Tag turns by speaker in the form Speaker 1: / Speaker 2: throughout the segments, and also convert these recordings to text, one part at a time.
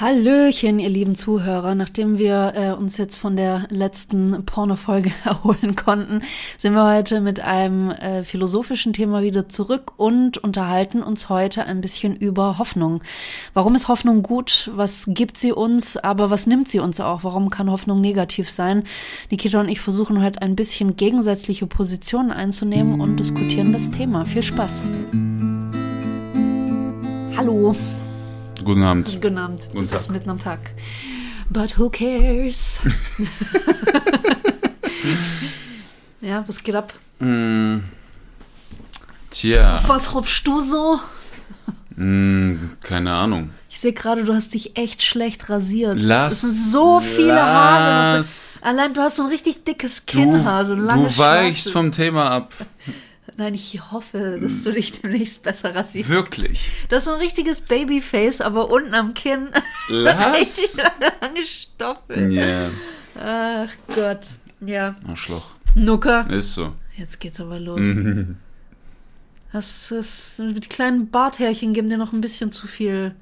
Speaker 1: Hallöchen, ihr lieben Zuhörer. Nachdem wir äh, uns jetzt von der letzten Pornofolge erholen konnten, sind wir heute mit einem äh, philosophischen Thema wieder zurück und unterhalten uns heute ein bisschen über Hoffnung. Warum ist Hoffnung gut? Was gibt sie uns? Aber was nimmt sie uns auch? Warum kann Hoffnung negativ sein? Nikita und ich versuchen heute ein bisschen gegensätzliche Positionen einzunehmen und diskutieren das Thema. Viel Spaß. Hallo.
Speaker 2: Guten Abend.
Speaker 1: Guten Abend.
Speaker 2: Guten
Speaker 1: es ist
Speaker 2: Tag.
Speaker 1: mitten am Tag. But who cares? ja, was geht ab?
Speaker 2: Tja,
Speaker 1: Was rufst du so?
Speaker 2: mm, keine Ahnung.
Speaker 1: Ich sehe gerade, du hast dich echt schlecht rasiert.
Speaker 2: Lass-
Speaker 1: Es sind so viele Haare. noch-
Speaker 2: lass-
Speaker 1: Allein du hast so ein richtig dickes
Speaker 2: Du,
Speaker 1: Kinnhaar, so ein langes
Speaker 2: du weichst
Speaker 1: schwarzes.
Speaker 2: vom Hm. Thema ab.
Speaker 1: Nein, ich hoffe, dass du dich demnächst besser rasierst.
Speaker 2: Wirklich.
Speaker 1: Du hast so ein richtiges Babyface, aber unten am Kinn richtig
Speaker 2: Lass.
Speaker 1: lange Stoppel.
Speaker 2: Ja,
Speaker 1: Ach Gott. Ja.
Speaker 2: Arschloch.
Speaker 1: Nucker.
Speaker 2: Ist so.
Speaker 1: Jetzt geht's aber los.
Speaker 2: Mhm.
Speaker 1: Das ist, die kleinen Barthärchen geben dir noch ein bisschen zu viel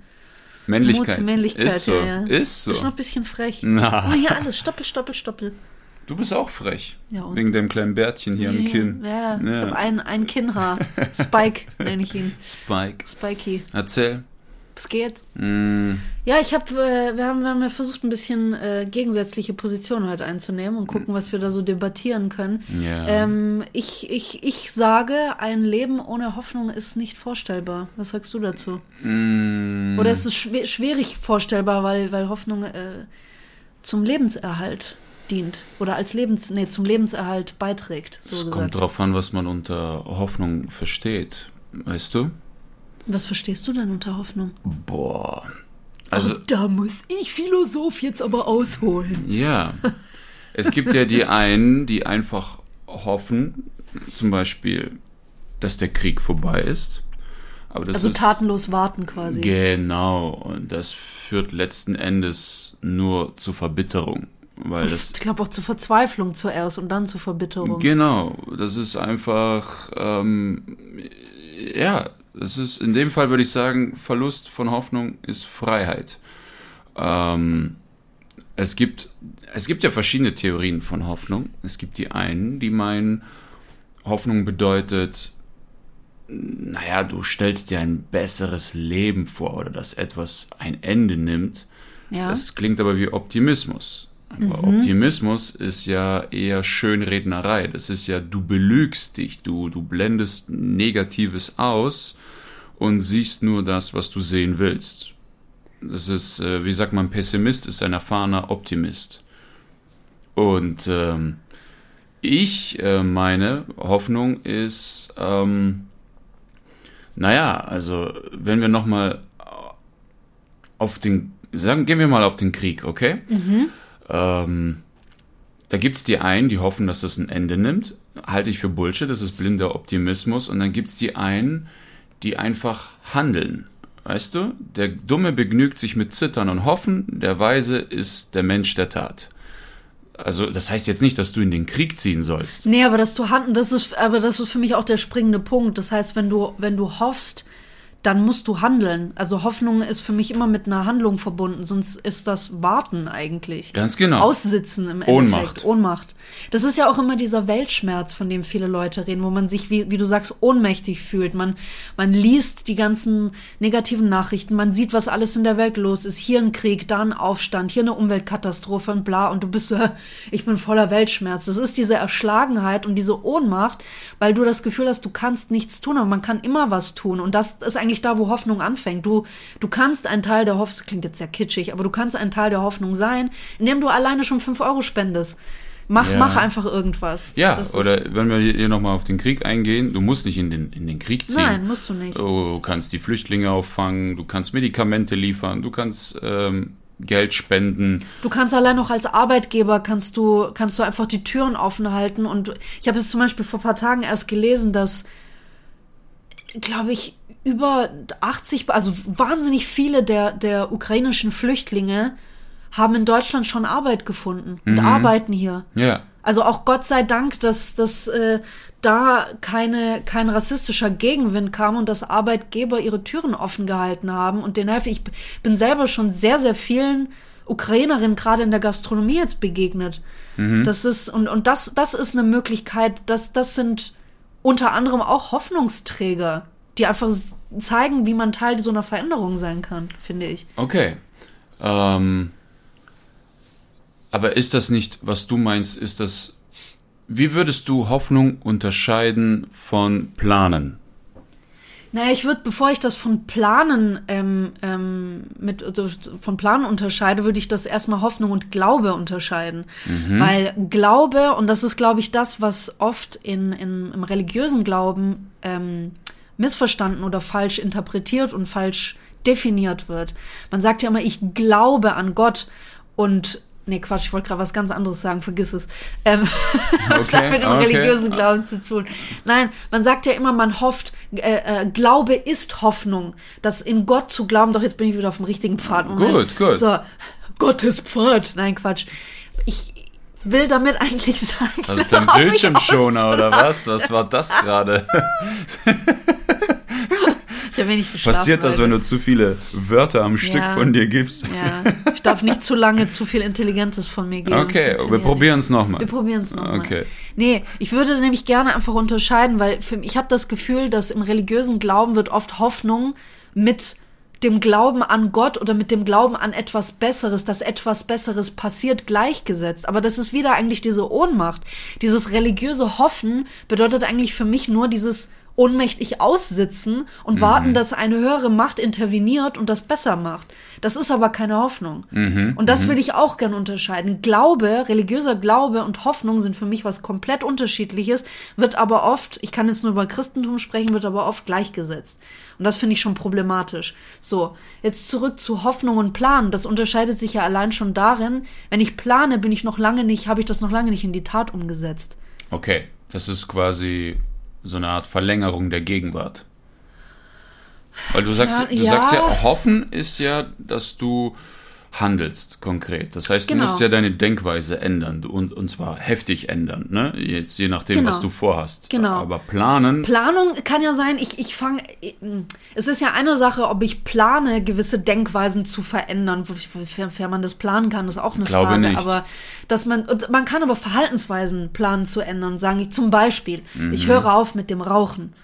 Speaker 2: Männlichkeit.
Speaker 1: Mut, Männlichkeit.
Speaker 2: Ist so.
Speaker 1: ja, ja.
Speaker 2: Ist
Speaker 1: Ist noch
Speaker 2: so.
Speaker 1: ein bisschen frech.
Speaker 2: Na.
Speaker 1: Oh, hier alles. Stoppel, stoppel, stoppel.
Speaker 2: Du bist auch frech.
Speaker 1: Ja, und?
Speaker 2: Wegen dem kleinen Bärtchen hier am Kinn.
Speaker 1: Ja, ich
Speaker 2: Ja.
Speaker 1: habe ein, ein Kinnhaar. Spike nenne ich ihn.
Speaker 2: Spike.
Speaker 1: Spikey.
Speaker 2: Erzähl.
Speaker 1: Es geht.
Speaker 2: Mm,
Speaker 1: Ja, ich habe, äh, wir haben, wir haben ja versucht, ein bisschen äh, gegensätzliche Positionen halt einzunehmen und gucken, was wir da so debattieren können.
Speaker 2: Mm. Ja.
Speaker 1: Ähm, ich, ich, ich sage, ein Leben ohne Hoffnung ist nicht vorstellbar. Was sagst du dazu?
Speaker 2: mm,
Speaker 1: Oder ist es schw schwierig vorstellbar, weil, weil Hoffnung äh, zum Lebenserhalt dient oder als Lebens nee, zum Lebenserhalt beiträgt, so
Speaker 2: es
Speaker 1: gesagt.
Speaker 2: kommt drauf an, was man unter Hoffnung versteht. Weißt du?
Speaker 1: Was verstehst du denn unter Hoffnung?
Speaker 2: Boah. Also,
Speaker 1: Da muss ich Philosoph jetzt aber ausholen.
Speaker 2: Ja. Es gibt ja die einen, die einfach hoffen, zum Beispiel, dass der Krieg vorbei ist. Aber das
Speaker 1: Also
Speaker 2: ist
Speaker 1: tatenlos warten quasi.
Speaker 2: genau und das führt letzten Endes nur zu Verbitterung, weil das
Speaker 1: ich glaube auch zur Verzweiflung zuerst und dann zur Verbitterung.
Speaker 2: genau das ist einfach ähm, ja das ist in dem Fall würde ich sagen Verlust von Hoffnung ist Freiheit. Ähm, es gibt, es gibt ja verschiedene Theorien von Hoffnung. Es gibt die einen, die meinen, Hoffnung bedeutet, naja, du stellst dir ein besseres Leben vor oder dass etwas ein Ende nimmt.
Speaker 1: ja.
Speaker 2: Das klingt aber wie Optimismus. Aber Optimismus ist ja eher Schönrednerei. Das ist ja, du belügst dich, du, du blendest Negatives aus und siehst nur das, was du sehen willst. Das ist, äh, wie sagt man, Pessimist ist ein erfahrener Optimist. Und ähm, ich äh, meine Hoffnung ist, ähm, naja, also wenn wir nochmal auf den, sagen, gehen wir mal auf den Krieg, okay? Ähm, da gibt's die einen, die hoffen, dass es ein Ende nimmt. Halte ich für Bullshit, das ist blinder Optimismus. Und dann gibt's die einen, die einfach handeln. Weißt du? Der Dumme begnügt sich mit Zittern und Hoffen, der Weise ist der Mensch der Tat. Also, das heißt jetzt nicht, dass du in den Krieg ziehen sollst.
Speaker 1: Nee, aber dass du Hand, das ist, aber das ist für mich auch der springende Punkt. Das heißt, wenn du, wenn du hoffst, dann musst du handeln. Also Hoffnung ist für mich immer mit einer Handlung verbunden, sonst ist das Warten eigentlich.
Speaker 2: Ganz genau.
Speaker 1: Aussitzen im Endeffekt.
Speaker 2: Ohnmacht.
Speaker 1: Ohnmacht. Das ist ja auch immer dieser Weltschmerz, von dem viele Leute reden, wo man sich, wie, wie du sagst, ohnmächtig fühlt. Man, man liest die ganzen negativen Nachrichten, man sieht, was alles in der Welt los ist. Hier ein Krieg, da ein Aufstand, hier eine Umweltkatastrophe und bla. Und du bist so, ich bin voller Weltschmerz. Das ist diese Erschlagenheit und diese Ohnmacht, weil du das Gefühl hast, du kannst nichts tun, aber man kann immer was tun. Und das ist eigentlich da, wo Hoffnung anfängt. Du, du kannst ein Teil der Hoffnung, klingt jetzt sehr kitschig, aber du kannst ein Teil der Hoffnung sein, indem du alleine schon 5 Euro spendest. Mach,
Speaker 2: Ja.
Speaker 1: mach einfach irgendwas.
Speaker 2: Ja,
Speaker 1: Das ist-
Speaker 2: oder wenn wir hier nochmal auf den Krieg eingehen, du musst nicht in den, in den Krieg ziehen.
Speaker 1: Nein, musst du nicht.
Speaker 2: Du kannst die Flüchtlinge auffangen, du kannst Medikamente liefern, du kannst ähm, Geld spenden.
Speaker 1: Du kannst allein auch als Arbeitgeber kannst du kannst du einfach die Türen offen halten und ich habe es zum Beispiel vor ein paar Tagen erst gelesen, dass glaube ich über 80 also wahnsinnig viele der der ukrainischen Flüchtlinge haben in Deutschland schon Arbeit gefunden und arbeiten hier.
Speaker 2: Ja.
Speaker 1: Also auch Gott sei Dank, dass, dass äh, da keine, kein rassistischer Gegenwind kam und dass Arbeitgeber ihre Türen offen gehalten haben und den helfen. Ich bin selber schon sehr, sehr vielen Ukrainerinnen gerade in der Gastronomie jetzt begegnet. Das ist, und, und das, das ist eine Möglichkeit, das, das sind unter anderem auch Hoffnungsträger, die einfach s- zeigen, wie man Teil so einer Veränderung sein kann, finde ich.
Speaker 2: Okay. Ähm, aber ist das nicht, was du meinst, ist das, wie würdest du Hoffnung unterscheiden von Planen?
Speaker 1: Naja, ich würde, bevor ich das von Planen ähm, ähm, mit also von Planen unterscheide, würde ich das erstmal Hoffnung und Glaube unterscheiden.
Speaker 2: Mhm.
Speaker 1: Weil Glaube, und das ist, glaube ich, das, was oft in, in, im religiösen Glauben ähm, missverstanden oder falsch interpretiert und falsch definiert wird. Man sagt ja immer, ich glaube an Gott und Nee, Quatsch, ich wollte gerade was ganz anderes sagen, vergiss es. Ähm, was
Speaker 2: Okay,
Speaker 1: hat mit dem
Speaker 2: okay.
Speaker 1: religiösen Glauben zu tun. Nein, man sagt ja immer, man hofft. Äh, äh, Glaube ist Hoffnung. Das in Gott zu glauben, doch jetzt bin ich wieder auf dem richtigen Pfad.
Speaker 2: Gut, gut.
Speaker 1: So, Gottes Pfad. Nein, Quatsch. Ich will damit eigentlich sagen.
Speaker 2: Das Also ist dein
Speaker 1: hör auf, mich
Speaker 2: Bildschirmschoner
Speaker 1: auszulachen.
Speaker 2: oder was? Was war das gerade?
Speaker 1: Ich habe wenig geschlafen.
Speaker 2: Passiert das, wenn du zu viele Wörter am Stück
Speaker 1: Ja.
Speaker 2: von dir gibst?
Speaker 1: Ja, ich darf nicht zu lange zu viel Intelligentes von mir geben.
Speaker 2: Okay,
Speaker 1: Das
Speaker 2: wir
Speaker 1: funktioniert
Speaker 2: probieren es nochmal.
Speaker 1: Wir probieren es nochmal.
Speaker 2: Okay.
Speaker 1: Nee, ich würde nämlich gerne einfach unterscheiden, weil für, ich habe das Gefühl, dass im religiösen Glauben wird oft Hoffnung mit dem Glauben an Gott oder mit dem Glauben an etwas Besseres, dass etwas Besseres passiert, gleichgesetzt. Aber das ist wieder eigentlich diese Ohnmacht. Dieses religiöse Hoffen bedeutet eigentlich für mich nur dieses ohnmächtig aussitzen und warten, dass eine höhere Macht interveniert und das besser macht. Das ist aber keine Hoffnung. Und das würde ich auch gern unterscheiden. Glaube, religiöser Glaube und Hoffnung sind für mich was komplett unterschiedliches, wird aber oft, ich kann jetzt nur über Christentum sprechen, wird aber oft gleichgesetzt. Und das finde ich schon problematisch. So, jetzt zurück zu Hoffnung und Plan. Das unterscheidet sich ja allein schon darin, wenn ich plane, bin ich noch lange nicht, habe ich das noch lange nicht in die Tat umgesetzt.
Speaker 2: Okay, das ist quasi so eine Art Verlängerung der Gegenwart. Weil du sagst,
Speaker 1: Ja,
Speaker 2: du
Speaker 1: ja.
Speaker 2: sagst ja, hoffen ist ja, dass du handelst konkret. Das heißt,
Speaker 1: Genau.
Speaker 2: du musst ja deine Denkweise ändern und, und zwar heftig ändern, ne? Jetzt je nachdem,
Speaker 1: Genau.
Speaker 2: was du vorhast.
Speaker 1: Genau.
Speaker 2: Aber planen,
Speaker 1: Planung kann ja sein, ich, ich fange. Es ist ja eine Sache, ob ich plane, gewisse Denkweisen zu verändern. Wofern man das planen kann, ist auch eine
Speaker 2: Glaube
Speaker 1: Frage.
Speaker 2: nicht.
Speaker 1: Aber dass man. und Man kann aber Verhaltensweisen planen zu ändern. Sagen ich zum Beispiel,
Speaker 2: Mhm.
Speaker 1: ich höre auf mit dem Rauchen.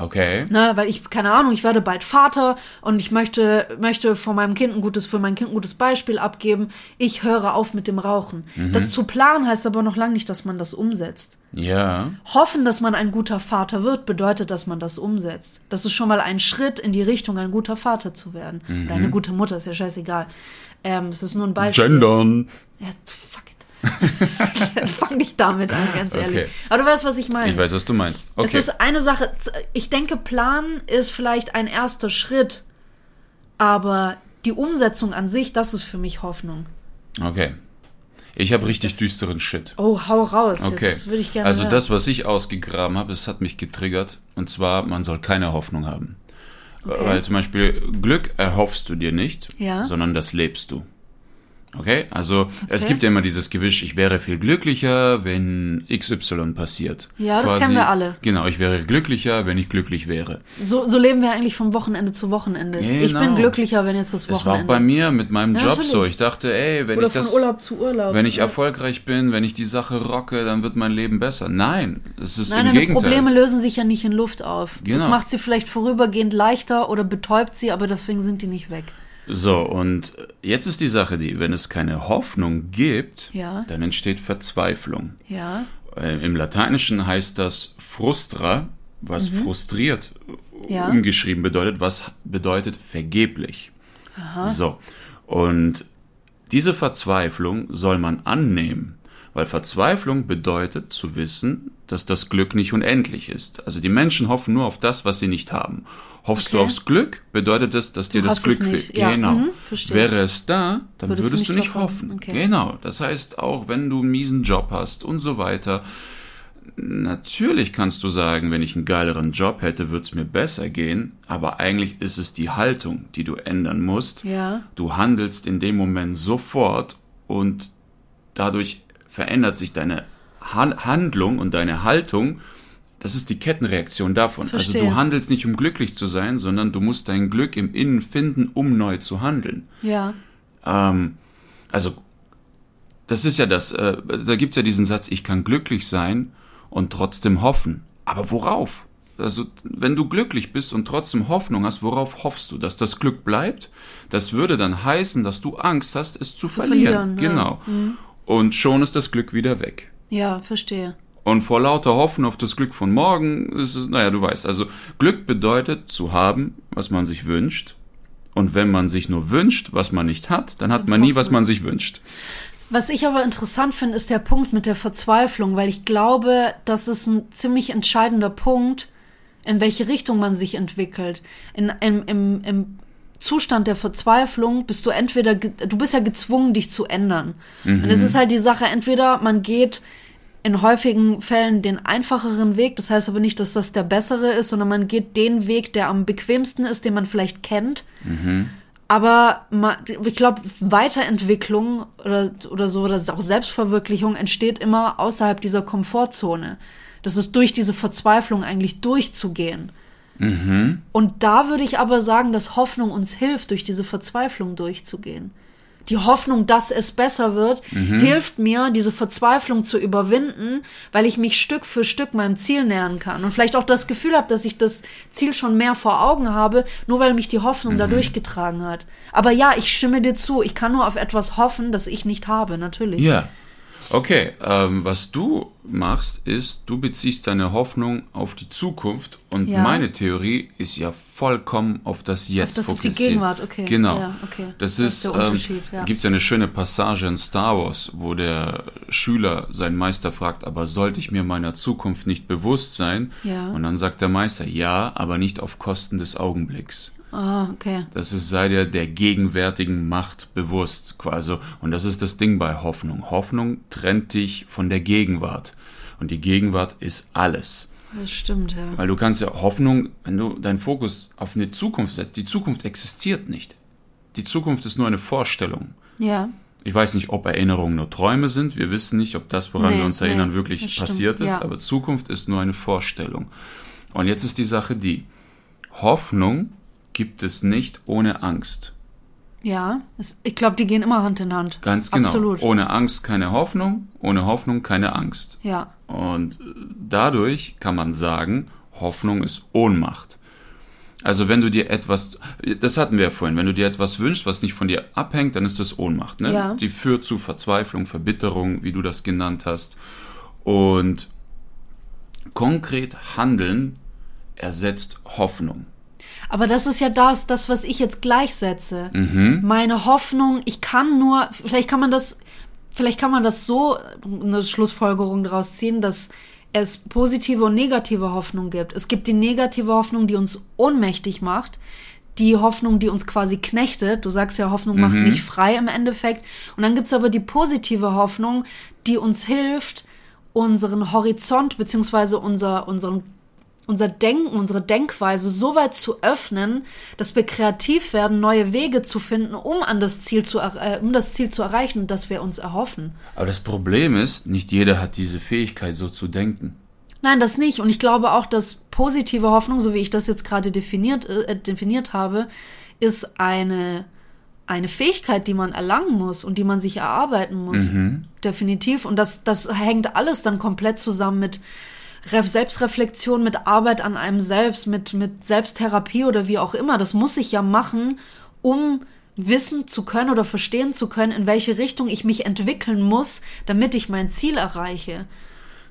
Speaker 2: okay.
Speaker 1: Ne, weil ich, keine Ahnung, ich werde bald Vater und ich möchte, möchte von meinem Kind ein gutes, für mein Kind ein gutes Beispiel abgeben. Ich höre auf mit dem Rauchen.
Speaker 2: Mhm.
Speaker 1: Das zu planen heißt aber noch lange nicht, dass man das umsetzt.
Speaker 2: Ja.
Speaker 1: Hoffen, dass man ein guter Vater wird, bedeutet, dass man das umsetzt. Das ist schon mal ein Schritt in die Richtung, ein guter Vater zu werden. Oder
Speaker 2: Mhm.
Speaker 1: eine gute Mutter, ist ja scheißegal. Ähm, es ist nur ein Beispiel.
Speaker 2: Gendern.
Speaker 1: ja, fuck it. Fang nicht damit an, ganz ehrlich.
Speaker 2: Okay.
Speaker 1: Aber du weißt, was ich meine.
Speaker 2: Ich weiß, was du meinst.
Speaker 1: Es
Speaker 2: Okay.
Speaker 1: ist eine Sache, z- ich denke, Plan ist vielleicht ein erster Schritt, aber die Umsetzung an sich, das ist für mich Hoffnung.
Speaker 2: Okay. Ich habe richtig düsteren Shit.
Speaker 1: Oh, hau raus.
Speaker 2: Okay.
Speaker 1: Jetzt würde ich gerne.
Speaker 2: also
Speaker 1: hören.
Speaker 2: das, was ich ausgegraben habe, das hat mich getriggert. Und zwar, man soll keine Hoffnung haben.
Speaker 1: Okay.
Speaker 2: Weil zum Beispiel Glück erhoffst du dir nicht,
Speaker 1: Ja.
Speaker 2: sondern das lebst du. Okay? Also es
Speaker 1: Okay.
Speaker 2: gibt ja immer dieses Gewisch, ich wäre viel glücklicher, wenn XY passiert.
Speaker 1: Ja, das kennen wir alle.
Speaker 2: Genau, ich wäre glücklicher, wenn ich glücklich wäre.
Speaker 1: So, so leben wir eigentlich vom Wochenende zu Wochenende. Ich bin
Speaker 2: Genau.
Speaker 1: glücklicher, wenn jetzt das
Speaker 2: Es war auch
Speaker 1: Wochenende.
Speaker 2: bei mir mit meinem
Speaker 1: Ja,
Speaker 2: Job so.
Speaker 1: natürlich.
Speaker 2: Ich dachte, ey, wenn
Speaker 1: Oder
Speaker 2: ich das
Speaker 1: von Urlaub zu Urlaub. ne?
Speaker 2: wenn ich erfolgreich bin, wenn ich die Sache rocke, dann wird mein Leben besser. Nein, es ist
Speaker 1: Nein,
Speaker 2: im
Speaker 1: deine
Speaker 2: Gegenteil.
Speaker 1: Probleme lösen sich ja nicht in Luft auf. Das
Speaker 2: Genau.
Speaker 1: macht sie vielleicht vorübergehend leichter oder betäubt sie, aber deswegen sind die nicht weg.
Speaker 2: So, und jetzt ist die Sache die, wenn es keine Hoffnung gibt,
Speaker 1: Ja.
Speaker 2: dann entsteht Verzweiflung.
Speaker 1: Ja.
Speaker 2: Äh, Im Lateinischen heißt das frustra, was frustriert äh,
Speaker 1: Mhm. Ja.
Speaker 2: umgeschrieben bedeutet, was bedeutet vergeblich. So, und diese Verzweiflung soll man annehmen, weil Verzweiflung bedeutet zu wissen, dass das Glück nicht unendlich ist. Also die Menschen hoffen nur auf das, was sie nicht haben. Hoffst du
Speaker 1: Okay.
Speaker 2: aufs Glück, bedeutet das, dass dir das
Speaker 1: hast es
Speaker 2: Glück
Speaker 1: nicht.
Speaker 2: fehlt.
Speaker 1: Ja,
Speaker 2: Genau.
Speaker 1: mhm, verstehe.
Speaker 2: Wäre es da, dann würdest, du nicht
Speaker 1: drauf
Speaker 2: hoffen.
Speaker 1: Okay.
Speaker 2: Genau. Das heißt, auch wenn du einen miesen Job hast und so weiter, natürlich kannst du sagen, wenn ich einen geileren Job hätte, würde es mir besser gehen. Aber eigentlich ist es die Haltung, die du ändern musst.
Speaker 1: Ja.
Speaker 2: Du handelst in dem Moment sofort und dadurch verändert sich deine Han Handlung und deine Haltung, das ist die Kettenreaktion davon.
Speaker 1: Verstehe.
Speaker 2: Also du handelst nicht, um glücklich zu sein, sondern du musst dein Glück im Innen finden, um neu zu handeln.
Speaker 1: Ja.
Speaker 2: Ähm, also, das ist ja das, äh, da gibt's ja diesen Satz, ich kann glücklich sein und trotzdem hoffen. Aber worauf? Also, wenn du glücklich bist und trotzdem Hoffnung hast, worauf hoffst du? Dass das Glück bleibt? Das würde dann heißen, dass du Angst hast, es zu,
Speaker 1: verlieren,
Speaker 2: verlieren.
Speaker 1: ja.
Speaker 2: Genau. Und schon ist das Glück wieder weg.
Speaker 1: Ja, verstehe.
Speaker 2: Und vor lauter Hoffen auf das Glück von morgen ist es, naja, du weißt, also Glück bedeutet zu haben, was man sich wünscht. Und wenn man sich nur wünscht, was man nicht hat, dann hat man nie, was man sich wünscht.
Speaker 1: Was ich aber interessant finde, ist der Punkt mit der Verzweiflung, weil ich glaube, das ist ein ziemlich entscheidender Punkt, in welche Richtung man sich entwickelt. In, im, im, Im Zustand der Verzweiflung bist du entweder, ge- du bist ja gezwungen, dich zu ändern. Und es ist halt die Sache, entweder man geht in häufigen Fällen den einfacheren Weg, das heißt aber nicht, dass das der bessere ist, sondern man geht den Weg, der am bequemsten ist, den man vielleicht kennt. Aber ma- ich glaube, Weiterentwicklung oder, oder so, oder auch Selbstverwirklichung entsteht immer außerhalb dieser Komfortzone. Das ist durch diese Verzweiflung eigentlich durchzugehen. Und da würde ich aber sagen, dass Hoffnung uns hilft, durch diese Verzweiflung durchzugehen. Die Hoffnung, dass es besser wird,
Speaker 2: Mhm.
Speaker 1: hilft mir, diese Verzweiflung zu überwinden, weil ich mich Stück für Stück meinem Ziel nähern kann. Und vielleicht auch das Gefühl habe, dass ich das Ziel schon mehr vor Augen habe, nur weil mich die Hoffnung
Speaker 2: Mhm.
Speaker 1: da durchgetragen hat. Aber ja, ich stimme dir zu, ich kann nur auf etwas hoffen, das ich nicht habe, natürlich.
Speaker 2: Ja. Okay, ähm, was du machst, ist, du beziehst deine Hoffnung auf die Zukunft und
Speaker 1: Ja.
Speaker 2: meine Theorie ist ja vollkommen auf das Jetzt
Speaker 1: das- auf die
Speaker 2: fokussiert.
Speaker 1: Gegenwart, okay.
Speaker 2: Genau.
Speaker 1: Ja, okay.
Speaker 2: Das,
Speaker 1: Das
Speaker 2: ist,
Speaker 1: ist der
Speaker 2: ähm,
Speaker 1: Unterschied, ja.
Speaker 2: gibt's ja eine schöne Passage in Star Wars, wo der Schüler seinen Meister fragt, aber sollte ich mir meiner Zukunft nicht bewusst sein?
Speaker 1: Ja.
Speaker 2: Und dann sagt der Meister, ja, aber nicht auf Kosten des Augenblicks.
Speaker 1: Ah, okay.
Speaker 2: Das ist, sei dir der gegenwärtigen Macht bewusst, quasi. Und das ist das Ding bei Hoffnung. Hoffnung trennt dich von der Gegenwart. Und die Gegenwart ist alles.
Speaker 1: Das stimmt, ja.
Speaker 2: Weil du kannst ja Hoffnung, wenn du deinen Fokus auf eine Zukunft setzt, die Zukunft existiert nicht. Die Zukunft ist nur eine Vorstellung.
Speaker 1: Ja.
Speaker 2: Ich weiß nicht, ob Erinnerungen nur Träume sind. Wir wissen nicht, ob das, woran
Speaker 1: Nee,
Speaker 2: wir uns
Speaker 1: nee,
Speaker 2: erinnern,
Speaker 1: das
Speaker 2: wirklich
Speaker 1: stimmt,
Speaker 2: passiert ist.
Speaker 1: ja.
Speaker 2: Aber Zukunft ist nur eine Vorstellung. Und jetzt ist die Sache die. Hoffnung gibt es nicht ohne Angst.
Speaker 1: Ja. Es, ich glaube, die gehen immer Hand in Hand.
Speaker 2: Ganz genau.
Speaker 1: Absolut.
Speaker 2: Ohne Angst keine Hoffnung, ohne Hoffnung keine Angst.
Speaker 1: Ja.
Speaker 2: Und äh, dadurch kann man sagen, Hoffnung ist Ohnmacht. Also wenn du dir etwas, das hatten wir ja vorhin, wenn du dir etwas wünschst, was nicht von dir abhängt, dann ist das Ohnmacht. Ne?
Speaker 1: Ja.
Speaker 2: Die führt zu Verzweiflung, Verbitterung, wie du das genannt hast. Und konkret handeln ersetzt Hoffnung.
Speaker 1: Aber das ist ja das, das, was ich jetzt gleichsetze. Meine Hoffnung, ich kann nur, vielleicht kann man das, vielleicht kann man das so eine Schlussfolgerung daraus ziehen, dass es positive und negative Hoffnung gibt. Es gibt die negative Hoffnung, die uns ohnmächtig macht. Die Hoffnung, die uns quasi knechtet. Du sagst ja, Hoffnung macht nicht frei im Endeffekt. Und dann gibt's aber die positive Hoffnung, die uns hilft, unseren Horizont beziehungsweise unser, unseren unser Denken, unsere Denkweise so weit zu öffnen, dass wir kreativ werden, neue Wege zu finden, um an das Ziel zu, er- äh, um das Ziel zu erreichen, das wir uns erhoffen.
Speaker 2: Aber das Problem ist, nicht jeder hat diese Fähigkeit, so zu denken.
Speaker 1: Nein, das nicht. Und ich glaube auch, dass positive Hoffnung, so wie ich das jetzt gerade definiert, äh, definiert habe, ist eine, eine Fähigkeit, die man erlangen muss und die man sich erarbeiten muss. Definitiv. Und das, das hängt alles dann komplett zusammen mit Ref Selbstreflexion, mit Arbeit an einem selbst, mit, mit Selbsttherapie oder wie auch immer. Das muss ich ja machen, um wissen zu können oder verstehen zu können, in welche Richtung ich mich entwickeln muss, damit ich mein Ziel erreiche.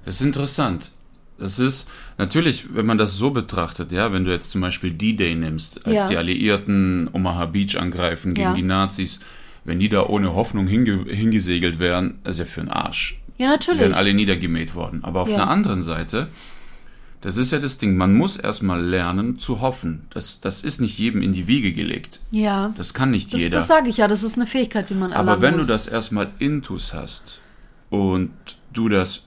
Speaker 2: Das ist interessant. Das ist natürlich, wenn man das so betrachtet, ja, wenn du jetzt zum Beispiel D-Day nimmst, als
Speaker 1: Ja.
Speaker 2: die Alliierten Omaha Beach angreifen gegen
Speaker 1: Ja.
Speaker 2: die Nazis, wenn die da ohne Hoffnung hinge hingesegelt wären, das ist ja für den Arsch.
Speaker 1: Ja,
Speaker 2: Die wären
Speaker 1: natürlich.
Speaker 2: alle niedergemäht worden. Aber auf
Speaker 1: Ja.
Speaker 2: der anderen Seite, das ist ja das Ding, man muss erstmal lernen zu hoffen. Das, das ist nicht jedem in die Wiege gelegt.
Speaker 1: Ja.
Speaker 2: Das kann nicht
Speaker 1: Das,
Speaker 2: jeder.
Speaker 1: das sage ich ja, das ist eine Fähigkeit, die man erlangen
Speaker 2: Aber wenn
Speaker 1: muss.
Speaker 2: du das erstmal intus hast und du das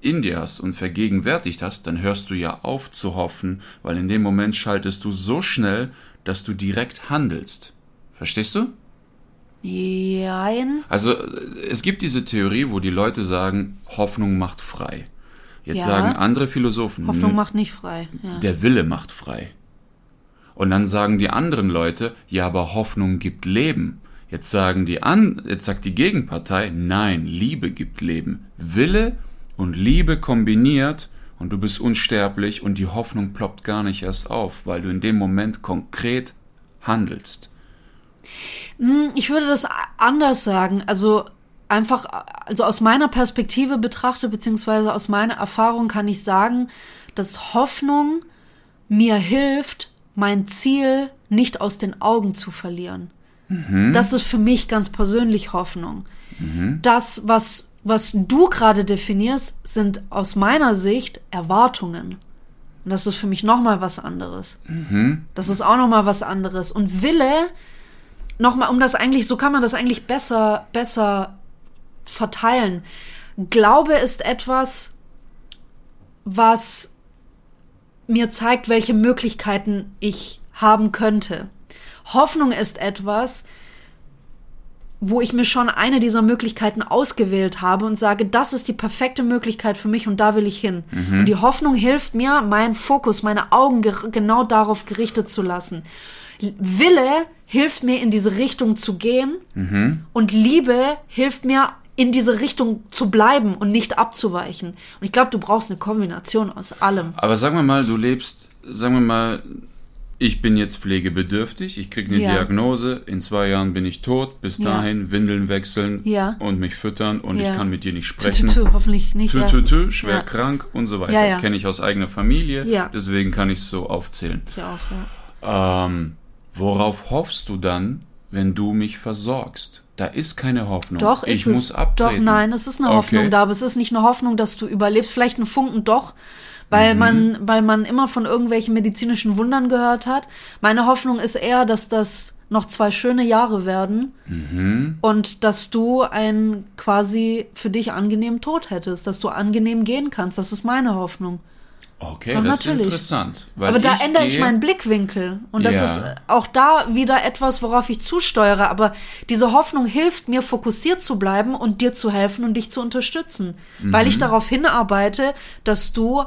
Speaker 2: in dir hast und vergegenwärtigt hast, dann hörst du ja auf zu hoffen, weil in dem Moment schaltest du so schnell, dass du direkt handelst. Verstehst du?
Speaker 1: Jein.
Speaker 2: Also es gibt diese Theorie, wo die Leute sagen, Hoffnung macht frei. Jetzt
Speaker 1: Ja.
Speaker 2: sagen andere Philosophen,
Speaker 1: Hoffnung
Speaker 2: "Nö,
Speaker 1: macht nicht frei. Ja.
Speaker 2: der Wille macht frei. Und dann sagen die anderen Leute, ja, aber Hoffnung gibt Leben. Jetzt sagen die an, jetzt sagt die Gegenpartei, nein, Liebe gibt Leben. Wille und Liebe kombiniert und du bist unsterblich und die Hoffnung ploppt gar nicht erst auf, weil du in dem Moment konkret handelst.
Speaker 1: Hm, Ich würde das a- anders sagen. Also einfach, also aus meiner Perspektive betrachtet, beziehungsweise aus meiner Erfahrung kann ich sagen, dass Hoffnung mir hilft, mein Ziel nicht aus den Augen zu verlieren. Das ist für mich ganz persönlich Hoffnung. Das, was, was du gerade definierst, sind aus meiner Sicht Erwartungen. Und das ist für mich nochmal was anderes. Das ist auch nochmal was anderes. Und Wille, nochmal, um das eigentlich, so kann man das eigentlich besser, besser verteilen. Glaube ist etwas, was mir zeigt, welche Möglichkeiten ich haben könnte. Hoffnung ist etwas, wo ich mir schon eine dieser Möglichkeiten ausgewählt habe und sage, das ist die perfekte Möglichkeit für mich und da will ich hin.
Speaker 2: Mhm.
Speaker 1: Und die Hoffnung hilft mir, meinen Fokus, meine Augen ger- genau darauf gerichtet zu lassen. L- Wille hilft mir, in diese Richtung zu gehen
Speaker 2: Mhm.
Speaker 1: und Liebe hilft mir, in diese Richtung zu bleiben und nicht abzuweichen. Und ich glaube, du brauchst eine Kombination aus allem.
Speaker 2: Aber sagen wir mal, du lebst, sagen wir mal, ich bin jetzt pflegebedürftig, ich kriege eine
Speaker 1: Ja.
Speaker 2: Diagnose, in zwei Jahren bin ich tot, bis
Speaker 1: Ja.
Speaker 2: dahin Windeln wechseln
Speaker 1: Ja.
Speaker 2: und mich füttern und
Speaker 1: Ja.
Speaker 2: ich kann mit dir nicht
Speaker 1: Tü,
Speaker 2: sprechen.
Speaker 1: tü, tü, hoffentlich nicht.
Speaker 2: Tü,
Speaker 1: ja.
Speaker 2: tü, tü, schwer
Speaker 1: Ja.
Speaker 2: krank und so weiter.
Speaker 1: Ja, ja.
Speaker 2: Kenne ich aus eigener Familie,
Speaker 1: Ja.
Speaker 2: deswegen kann ich es so aufzählen.
Speaker 1: Ich auch, ja.
Speaker 2: Ähm, worauf hoffst du dann, wenn du mich versorgst? Da ist keine Hoffnung.
Speaker 1: Doch, ist
Speaker 2: ich
Speaker 1: es.
Speaker 2: muss
Speaker 1: Doch,
Speaker 2: abtreten.
Speaker 1: nein, es ist eine Hoffnung
Speaker 2: okay.
Speaker 1: da, aber es ist nicht eine Hoffnung, dass du überlebst. Vielleicht ein Funken doch, weil
Speaker 2: Mhm.
Speaker 1: man, weil man immer von irgendwelchen medizinischen Wundern gehört hat. Meine Hoffnung ist eher, dass das noch zwei schöne Jahre werden
Speaker 2: Mhm.
Speaker 1: und dass du einen quasi für dich angenehmen Tod hättest, dass du angenehm gehen kannst. Das ist meine Hoffnung.
Speaker 2: Okay,
Speaker 1: Doch,
Speaker 2: das
Speaker 1: natürlich.
Speaker 2: ist interessant. Weil
Speaker 1: Aber da
Speaker 2: ich
Speaker 1: ändere ich
Speaker 2: gehe-
Speaker 1: meinen Blickwinkel. Und das
Speaker 2: Ja.
Speaker 1: ist auch da wieder etwas, worauf ich zusteuere. Aber diese Hoffnung hilft mir, fokussiert zu bleiben und dir zu helfen und dich zu unterstützen. Weil
Speaker 2: Mhm.
Speaker 1: ich darauf hinarbeite, dass du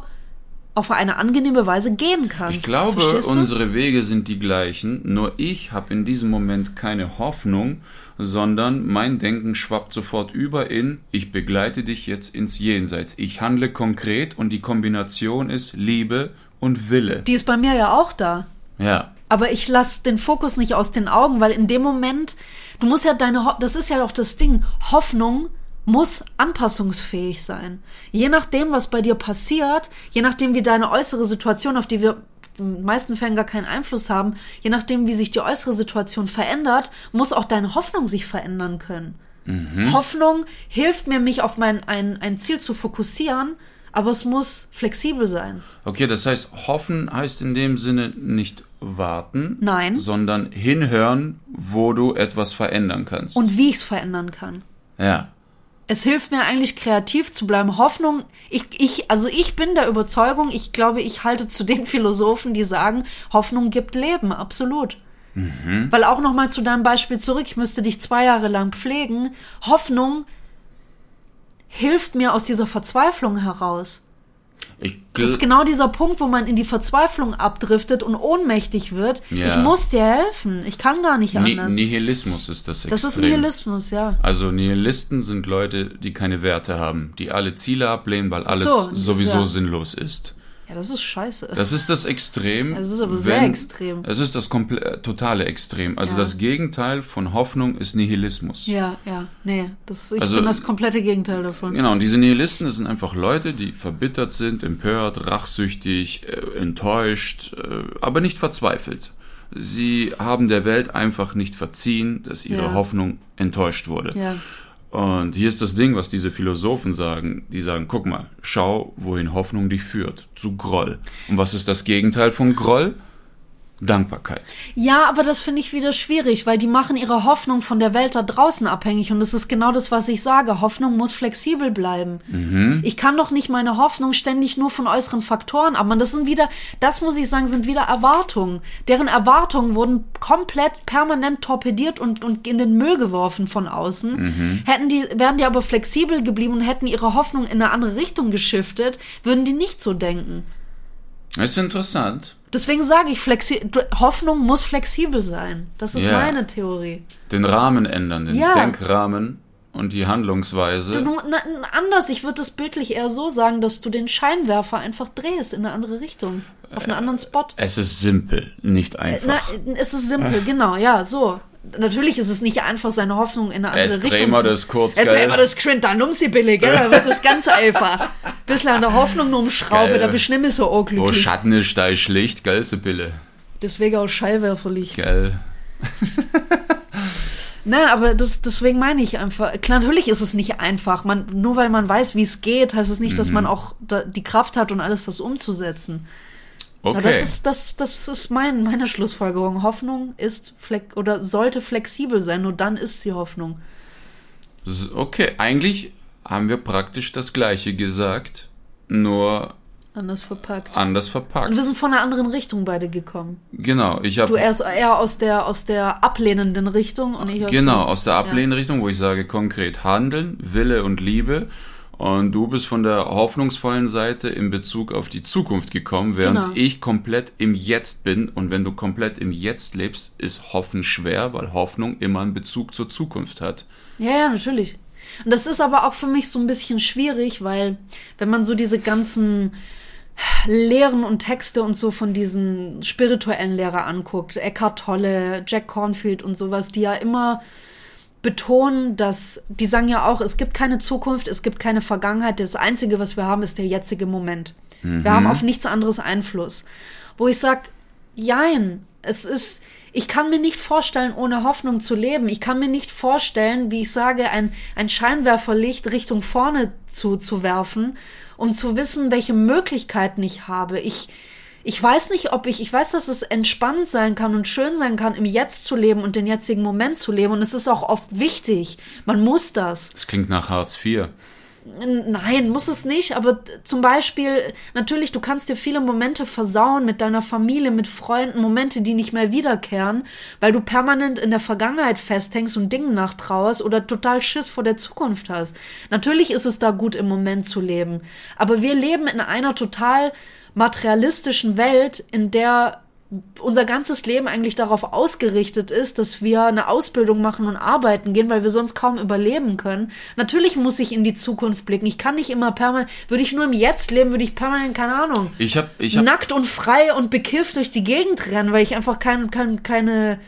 Speaker 1: auf eine angenehme Weise gehen kannst.
Speaker 2: Ich glaube,
Speaker 1: Verstehst du?
Speaker 2: unsere Wege sind die gleichen, nur ich habe in diesem Moment keine Hoffnung, sondern mein Denken schwappt sofort über in, ich begleite dich jetzt ins Jenseits. Ich handle konkret und die Kombination ist Liebe und Wille.
Speaker 1: Die ist bei mir ja auch da.
Speaker 2: Ja.
Speaker 1: Aber ich lasse den Fokus nicht aus den Augen, weil in dem Moment, du musst ja deine, Ho das ist ja auch das Ding, Hoffnung muss anpassungsfähig sein. Je nachdem, was bei dir passiert, je nachdem, wie deine äußere Situation, auf die wir in den meisten Fällen gar keinen Einfluss haben, je nachdem, wie sich die äußere Situation verändert, muss auch deine Hoffnung sich verändern können. Hoffnung hilft mir, mich auf mein ein, ein Ziel zu fokussieren, aber es muss flexibel sein.
Speaker 2: Okay, das heißt, hoffen heißt in dem Sinne nicht warten,
Speaker 1: Nein.
Speaker 2: sondern hinhören, wo du etwas verändern kannst.
Speaker 1: Und wie ich es verändern kann.
Speaker 2: ja.
Speaker 1: es hilft mir eigentlich kreativ zu bleiben. Hoffnung, ich, ich, also ich bin der Überzeugung, ich glaube, ich halte zu den Philosophen, die sagen, Hoffnung gibt Leben, absolut. Weil auch nochmal zu deinem Beispiel zurück, ich müsste dich zwei Jahre lang pflegen. Hoffnung hilft mir aus dieser Verzweiflung heraus.
Speaker 2: Ich
Speaker 1: Das ist
Speaker 2: gl
Speaker 1: genau dieser Punkt, wo man in die Verzweiflung abdriftet und ohnmächtig wird.
Speaker 2: Ja.
Speaker 1: Ich muss dir helfen. Ich kann gar nicht
Speaker 2: Ni
Speaker 1: anders.
Speaker 2: Nihilismus ist das
Speaker 1: das ist
Speaker 2: Extrem.
Speaker 1: Nihilismus, ja.
Speaker 2: Also Nihilisten sind Leute, die keine Werte haben, die alle Ziele ablehnen, weil alles
Speaker 1: so, das
Speaker 2: sowieso
Speaker 1: ist ja-
Speaker 2: sinnlos ist.
Speaker 1: Ja, das ist scheiße.
Speaker 2: Das ist das Extrem.
Speaker 1: Es ist aber sehr extrem.
Speaker 2: Es ist das komple- äh, totale Extrem. Also
Speaker 1: Ja.
Speaker 2: das Gegenteil von Hoffnung ist Nihilismus.
Speaker 1: Ja, ja, nee, das, ich
Speaker 2: Also-
Speaker 1: bin das komplette Gegenteil davon.
Speaker 2: Genau, und diese Nihilisten, das sind einfach Leute, die verbittert sind, empört, rachsüchtig, äh, enttäuscht, äh, aber nicht verzweifelt. Sie haben der Welt einfach nicht verziehen, dass ihre
Speaker 1: Ja.
Speaker 2: Hoffnung enttäuscht wurde.
Speaker 1: Ja,
Speaker 2: Und hier ist das Ding, was diese Philosophen sagen. Die sagen, guck mal, schau, wohin Hoffnung dich führt. Zu Groll. Und was ist das Gegenteil von Groll? Dankbarkeit.
Speaker 1: Ja, aber das finde ich wieder schwierig, weil die machen ihre Hoffnung von der Welt da draußen abhängig. Und das ist genau das, was ich sage. Hoffnung muss flexibel bleiben. Ich kann doch nicht meine Hoffnung ständig nur von äußeren Faktoren abmachen. Das sind wieder, das muss ich sagen, sind wieder Erwartungen. Deren Erwartungen wurden komplett permanent torpediert und, und in den Müll geworfen von außen. Hätten die, wären die aber flexibel geblieben und hätten ihre Hoffnung in eine andere Richtung geschiftet, würden die nicht so denken.
Speaker 2: Das ist interessant.
Speaker 1: Deswegen sage ich, flexi Hoffnung muss flexibel sein. Das ist
Speaker 2: Ja.
Speaker 1: meine Theorie.
Speaker 2: Den Rahmen ändern, den
Speaker 1: Ja.
Speaker 2: Denkrahmen und die Handlungsweise.
Speaker 1: Du, na, na, anders, ich würde das bildlich eher so sagen, dass du den Scheinwerfer einfach drehst in eine andere Richtung, auf einen anderen Spot.
Speaker 2: Es ist simpel, nicht
Speaker 1: Äh, Na,
Speaker 2: Äh, einfach. Äh.
Speaker 1: es ist simpel, genau, ja, so. Natürlich ist es nicht einfach, seine Hoffnung in eine andere
Speaker 2: Jetzt drehen
Speaker 1: Richtung
Speaker 2: wir das kurz,
Speaker 1: Jetzt
Speaker 2: gell?
Speaker 1: drehen wir das Grind, dann um sie billig, gell? Da wird das ganz einfach. Bisschen an der Hoffnung nur umschraube,
Speaker 2: Geil.
Speaker 1: da bist du nicht mehr so
Speaker 2: Wo
Speaker 1: unglücklich.
Speaker 2: Schatten ist, da ist Licht, gell, Sibylle?
Speaker 1: Deswegen auch Scheinwerferlicht.
Speaker 2: Gell.
Speaker 1: Nein, aber das, deswegen meine ich einfach. Klar, natürlich ist es nicht einfach. Man, nur weil man weiß, wie es geht, heißt es nicht, dass
Speaker 2: Mhm.
Speaker 1: man auch da, die Kraft hat und alles das umzusetzen.
Speaker 2: Okay.
Speaker 1: Aber das ist, das, das ist mein, meine Schlussfolgerung. Hoffnung ist flex oder sollte flexibel sein, nur dann ist sie Hoffnung.
Speaker 2: S- Okay, eigentlich haben wir praktisch das Gleiche gesagt, nur
Speaker 1: Anders verpackt.
Speaker 2: anders
Speaker 1: Und
Speaker 2: verpackt.
Speaker 1: wir sind von einer anderen Richtung beide gekommen.
Speaker 2: Genau, ich
Speaker 1: Du
Speaker 2: habe
Speaker 1: erst eher aus der, aus der ablehnenden Richtung und ich aus
Speaker 2: genau
Speaker 1: der,
Speaker 2: aus der Ablehnrichtung, wo ich sage konkret Handeln, Wille und Liebe. Und du bist von der hoffnungsvollen Seite in Bezug auf die Zukunft gekommen, während
Speaker 1: Genau.
Speaker 2: ich komplett im Jetzt bin. Und wenn du komplett im Jetzt lebst, ist Hoffen schwer, weil Hoffnung immer einen Bezug zur Zukunft hat.
Speaker 1: Ja, ja, natürlich. Und das ist aber auch für mich so ein bisschen schwierig, weil wenn man so diese ganzen Lehren und Texte und so von diesen spirituellen Lehrer anguckt, Eckhart Tolle, Jack Cornfield und sowas, die ja immer betonen, dass die sagen ja auch, es gibt keine Zukunft, es gibt keine Vergangenheit, das einzige, was wir haben, ist der jetzige Moment. Wir haben auf nichts anderes Einfluss. Wo ich sag, jein, es ist ich kann mir nicht vorstellen, ohne Hoffnung zu leben. Ich kann mir nicht vorstellen, wie ich sage, ein, ein Scheinwerferlicht Richtung vorne zu, zu werfen, um zu wissen, welche Möglichkeiten ich habe. Ich, ich weiß nicht, ob ich, ich weiß, dass es entspannt sein kann und schön sein kann, im Jetzt zu leben und den jetzigen Moment zu leben. Und es ist auch oft wichtig. Man muss das.
Speaker 2: Das klingt nach Hartz IV.
Speaker 1: Nein, muss es nicht. Aber t- zum Beispiel, natürlich, du kannst dir viele Momente versauen mit deiner Familie, mit Freunden, Momente, die nicht mehr wiederkehren, weil du permanent in der Vergangenheit festhängst und Dingen nachtrauerst oder total Schiss vor der Zukunft hast. Natürlich ist es da gut, im Moment zu leben. Aber wir leben in einer total materialistischen Welt, in der unser ganzes Leben eigentlich darauf ausgerichtet ist, dass wir eine Ausbildung machen und arbeiten gehen, weil wir sonst kaum überleben können. Natürlich muss ich in die Zukunft blicken. Ich kann nicht immer permanent, würde ich nur im Jetzt leben, würde ich permanent, keine Ahnung,
Speaker 2: Ich habe ich hab
Speaker 1: nackt und frei und bekifft durch die Gegend rennen, weil ich einfach kein, kein, keine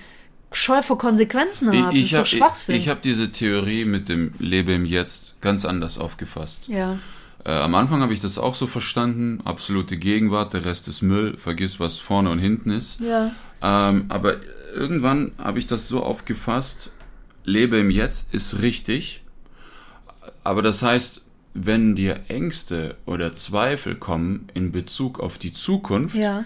Speaker 1: Scheu vor Konsequenzen habe.
Speaker 2: Ich, ich
Speaker 1: das
Speaker 2: habe
Speaker 1: ist doch Schwachsinn.
Speaker 2: ich, ich hab diese Theorie mit dem Lebe im Jetzt ganz anders aufgefasst.
Speaker 1: ja.
Speaker 2: Äh, am Anfang habe ich das auch so verstanden, absolute Gegenwart, der Rest ist Müll, vergiss, was vorne und hinten ist.
Speaker 1: Ja.
Speaker 2: Ähm, aber irgendwann habe ich das so aufgefasst, Lebe im Jetzt ist richtig, aber das heißt, wenn dir Ängste oder Zweifel kommen in Bezug auf die Zukunft,
Speaker 1: Ja.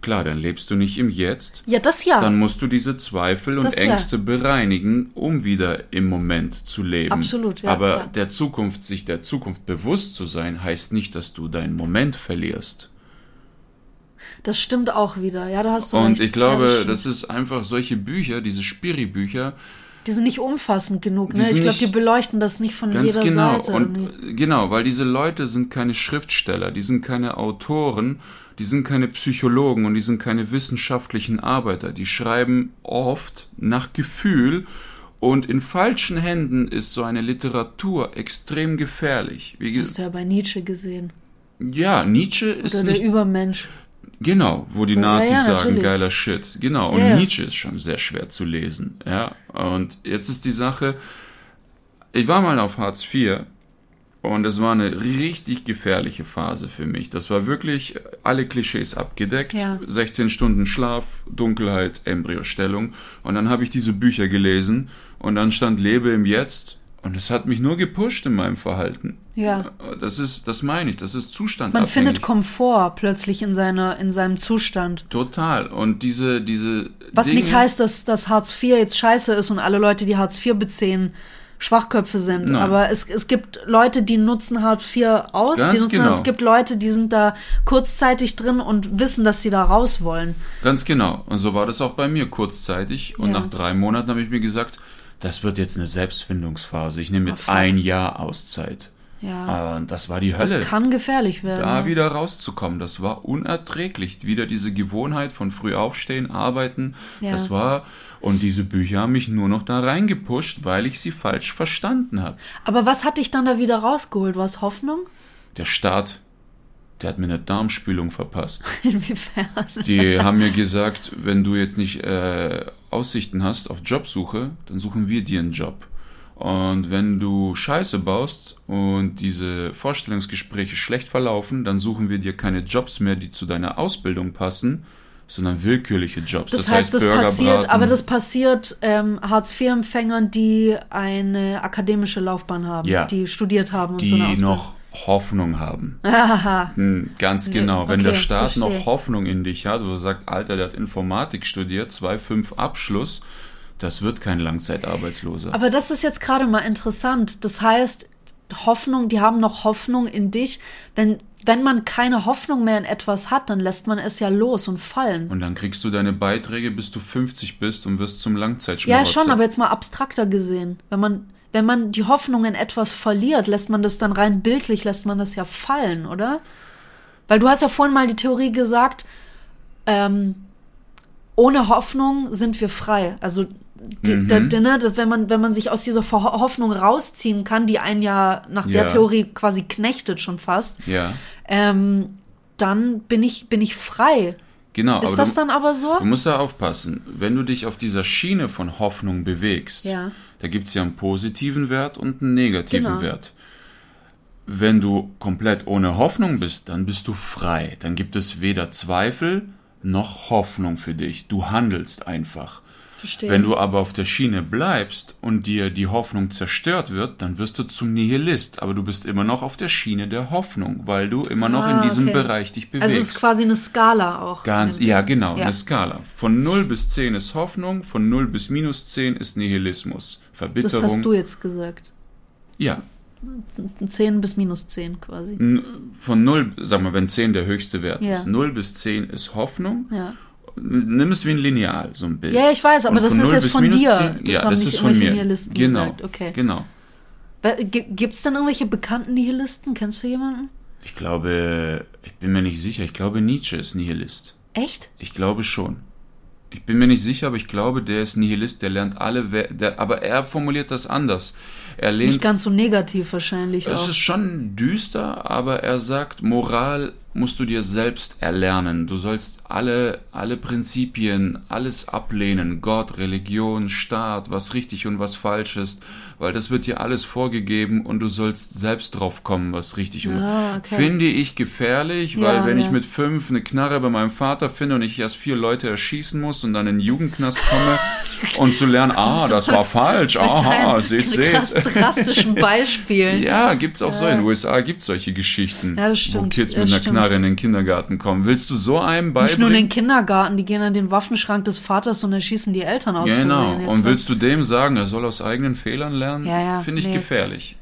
Speaker 2: klar, dann lebst du nicht im Jetzt,
Speaker 1: Ja, das ja.
Speaker 2: dann musst du diese Zweifel und
Speaker 1: Ah. Das ja.
Speaker 2: Ängste bereinigen, um wieder im Moment zu leben.
Speaker 1: Absolut, ja,
Speaker 2: Aber
Speaker 1: ja.
Speaker 2: der Zukunft, sich der Zukunft bewusst zu sein, heißt nicht, dass du deinen Moment verlierst.
Speaker 1: das stimmt auch wieder. Ja, da hast du
Speaker 2: Und
Speaker 1: recht.
Speaker 2: ich glaube,
Speaker 1: ja, das stimmt.
Speaker 2: das ist einfach solche Bücher, diese Spiri-Bücher,
Speaker 1: die sind nicht umfassend genug.
Speaker 2: Die
Speaker 1: Ne?
Speaker 2: sind
Speaker 1: Ich glaube, die
Speaker 2: nicht-
Speaker 1: beleuchten das nicht von
Speaker 2: Ganz
Speaker 1: jeder
Speaker 2: genau.
Speaker 1: Seite. irgendwie.
Speaker 2: Und äh, genau, weil diese Leute sind keine Schriftsteller, die sind keine Autoren, die sind keine Psychologen und die sind keine wissenschaftlichen Arbeiter. Die schreiben oft nach Gefühl und in falschen Händen ist so eine Literatur extrem gefährlich. Wie
Speaker 1: Das hast
Speaker 2: gesagt,
Speaker 1: du ja bei Nietzsche gesehen.
Speaker 2: ja, Nietzsche ist
Speaker 1: Oder der
Speaker 2: nicht
Speaker 1: Übermensch.
Speaker 2: Genau, wo die
Speaker 1: Ja,
Speaker 2: Nazis
Speaker 1: ja,
Speaker 2: sagen,
Speaker 1: natürlich.
Speaker 2: geiler Shit. Genau, und
Speaker 1: Ja, ja.
Speaker 2: Nietzsche ist schon sehr schwer zu lesen. Ja, und jetzt ist die Sache, ich war mal auf Hartz IV und es war eine richtig gefährliche Phase für mich. Das war wirklich alle Klischees abgedeckt.
Speaker 1: Ja.
Speaker 2: 16 Stunden Schlaf, Dunkelheit, Embryostellung. Und dann habe ich diese Bücher gelesen und dann stand Lebe im Jetzt und es hat mich nur gepusht in meinem Verhalten.
Speaker 1: Ja.
Speaker 2: Das ist, das meine ich, das ist Zustand.
Speaker 1: Man findet Komfort plötzlich in seiner, in seinem Zustand.
Speaker 2: Total. Und diese, diese.
Speaker 1: Was nicht heißt, dass, dass Hartz IV jetzt scheiße ist und alle Leute, die Hartz IV beziehen, Schwachköpfe sind.
Speaker 2: Nein.
Speaker 1: Aber es, es gibt Leute, die nutzen Hartz IV aus.
Speaker 2: Ganz
Speaker 1: die nutzen,
Speaker 2: genau.
Speaker 1: Es gibt Leute, die sind da kurzzeitig drin und wissen, dass sie da raus wollen.
Speaker 2: Ganz genau. Und so war das auch bei mir kurzzeitig. Und
Speaker 1: Ja.
Speaker 2: nach drei Monaten habe ich mir gesagt, das wird jetzt eine Selbstfindungsphase. Ich nehme
Speaker 1: Oh,
Speaker 2: jetzt
Speaker 1: fuck.
Speaker 2: ein Jahr Auszeit.
Speaker 1: Ja.
Speaker 2: Aber das war die
Speaker 1: Das
Speaker 2: Hölle.
Speaker 1: kann gefährlich werden.
Speaker 2: Ah, da
Speaker 1: ja.
Speaker 2: wieder rauszukommen, das war unerträglich. Wieder diese Gewohnheit von früh aufstehen, arbeiten,
Speaker 1: Ja.
Speaker 2: das war und diese Bücher haben mich nur noch da reingepusht, weil ich sie falsch verstanden habe.
Speaker 1: Aber was hat dich dann da wieder rausgeholt? War es Hoffnung?
Speaker 2: Der Staat, der hat mir eine Darmspülung verpasst.
Speaker 1: Inwiefern?
Speaker 2: Die haben mir gesagt, wenn du jetzt nicht äh, Aussichten hast auf Jobsuche, dann suchen wir dir einen Job. Und wenn du Scheiße baust und diese Vorstellungsgespräche schlecht verlaufen, dann suchen wir dir keine Jobs mehr, die zu deiner Ausbildung passen, sondern willkürliche Jobs.
Speaker 1: Das, heißt, das passiert,
Speaker 2: Burgerbraten.
Speaker 1: aber das passiert ähm, Hartz-IV-Empfängern, die eine akademische Laufbahn haben,
Speaker 2: Ja.
Speaker 1: die studiert haben und so eine
Speaker 2: die
Speaker 1: Ausbildung.
Speaker 2: noch Hoffnung haben. Hm, Ganz genau. Wenn
Speaker 1: okay,
Speaker 2: der Staat
Speaker 1: verstehe.
Speaker 2: noch Hoffnung in dich hat oder sagt, Alter, der hat Informatik studiert, 2,5 Abschluss, das wird kein Langzeitarbeitsloser.
Speaker 1: Aber das ist jetzt gerade mal interessant. Das heißt, Hoffnung, die haben noch Hoffnung in dich. Wenn, wenn man keine Hoffnung mehr in etwas hat, dann lässt man es ja los und fallen.
Speaker 2: Und dann kriegst du deine Beiträge, bis du 50 bist und wirst zum
Speaker 1: ja,
Speaker 2: Langzeitschmarotzer.
Speaker 1: schon, aber jetzt mal abstrakter gesehen. Wenn man, wenn man die Hoffnung in etwas verliert, lässt man das dann rein bildlich, lässt man das ja fallen, oder? Weil du hast ja vorhin mal die Theorie gesagt, ähm, ohne Hoffnung sind wir frei. Also die,
Speaker 2: Mhm.
Speaker 1: der- der- ne, das- wenn, man, wenn man sich aus dieser Verho- Hoffnung rausziehen kann, die einen ja nach der
Speaker 2: Ja.
Speaker 1: Theorie quasi knechtet schon fast,
Speaker 2: Ja,
Speaker 1: ähm, dann bin ich, bin ich frei.
Speaker 2: genau.
Speaker 1: Ist
Speaker 2: aber
Speaker 1: das
Speaker 2: du,
Speaker 1: dann aber so?
Speaker 2: du musst da aufpassen. Wenn du dich auf dieser Schiene von Hoffnung bewegst,
Speaker 1: Ja.
Speaker 2: da gibt's ja einen positiven Wert und einen negativen
Speaker 1: Genau.
Speaker 2: Wert. Wenn du komplett ohne Hoffnung bist, dann bist du frei. Dann gibt es weder Zweifel noch Hoffnung für dich. Du handelst einfach.
Speaker 1: Verstehe.
Speaker 2: Wenn du aber auf der Schiene bleibst und dir die Hoffnung zerstört wird, dann wirst du zum Nihilist, aber du bist immer noch auf der Schiene der Hoffnung, weil du immer noch
Speaker 1: Ah,
Speaker 2: in diesem
Speaker 1: okay.
Speaker 2: Bereich dich bewegst.
Speaker 1: also es ist quasi eine Skala auch.
Speaker 2: Ganz,
Speaker 1: In dem
Speaker 2: ja,
Speaker 1: Sinne.
Speaker 2: genau,
Speaker 1: Ja.
Speaker 2: eine Skala. Von 0 bis 10 ist Hoffnung, von 0 bis minus 10 ist Nihilismus,
Speaker 1: Das
Speaker 2: Verbitterung.
Speaker 1: hast du jetzt gesagt.
Speaker 2: ja,
Speaker 1: 10 bis minus 10
Speaker 2: Hm.
Speaker 1: quasi.
Speaker 2: N- von 0, sag mal, wenn 10 der höchste Wert
Speaker 1: Ja.
Speaker 2: ist, 0 bis 10 ist Hoffnung.
Speaker 1: Ja.
Speaker 2: Nimm es wie ein Lineal, so ein Bild.
Speaker 1: Ja, ich weiß, aber
Speaker 2: Und
Speaker 1: das
Speaker 2: von
Speaker 1: ist
Speaker 2: 0
Speaker 1: jetzt
Speaker 2: bis
Speaker 1: von
Speaker 2: minus
Speaker 1: dir.
Speaker 2: 10
Speaker 1: Das
Speaker 2: ja,
Speaker 1: haben
Speaker 2: das
Speaker 1: nicht
Speaker 2: ist von
Speaker 1: irgendwelche
Speaker 2: mir.
Speaker 1: Nihilisten
Speaker 2: genau,
Speaker 1: gesagt. Okay.
Speaker 2: genau.
Speaker 1: Gibt es denn irgendwelche bekannten Nihilisten? Kennst du jemanden?
Speaker 2: Ich glaube, ich bin mir nicht sicher. Ich glaube, Nietzsche ist Nihilist.
Speaker 1: Echt?
Speaker 2: Ich glaube schon. Ich bin mir nicht sicher, aber ich glaube, der ist Nihilist. Der lernt alle. We der, aber er formuliert das anders. Er
Speaker 1: Nicht
Speaker 2: lehnt.
Speaker 1: ganz so negativ wahrscheinlich
Speaker 2: Es
Speaker 1: auch.
Speaker 2: ist schon düster, aber er sagt, Moral musst du dir selbst erlernen. Du sollst alle, alle Prinzipien, alles ablehnen. Gott, Religion, Staat, was richtig und was falsch ist. Weil das wird dir alles vorgegeben und du sollst selbst drauf kommen, was richtig und
Speaker 1: Ah, okay.
Speaker 2: Finde ich gefährlich, weil
Speaker 1: Ja,
Speaker 2: wenn
Speaker 1: ja.
Speaker 2: ich mit fünf eine Knarre bei meinem Vater finde und ich erst vier Leute erschießen muss und dann in den Jugendknast komme und zu lernen, ah, das war falsch, aha,
Speaker 1: Dein
Speaker 2: seht,
Speaker 1: krass
Speaker 2: seht.
Speaker 1: drastischen Beispielen.
Speaker 2: Ja, gibt's auch so. In den USA gibt's solche Geschichten,
Speaker 1: Äh. Ja, das
Speaker 2: wo
Speaker 1: stimmt,
Speaker 2: Kids
Speaker 1: das
Speaker 2: mit einer
Speaker 1: stimmt.
Speaker 2: Knarre in den Kindergarten kommen. Willst du so einem
Speaker 1: Nicht nur in den
Speaker 2: beibringen?
Speaker 1: Kindergarten, die gehen an den Waffenschrank des Vaters und erschießen die Eltern aus
Speaker 2: Genau.
Speaker 1: Versehen. ne? Ja,
Speaker 2: Und
Speaker 1: klar.
Speaker 2: willst du dem sagen, er soll aus eigenen Fehlern lernen?
Speaker 1: Ja, ja,
Speaker 2: Finde ich
Speaker 1: nee.
Speaker 2: gefährlich.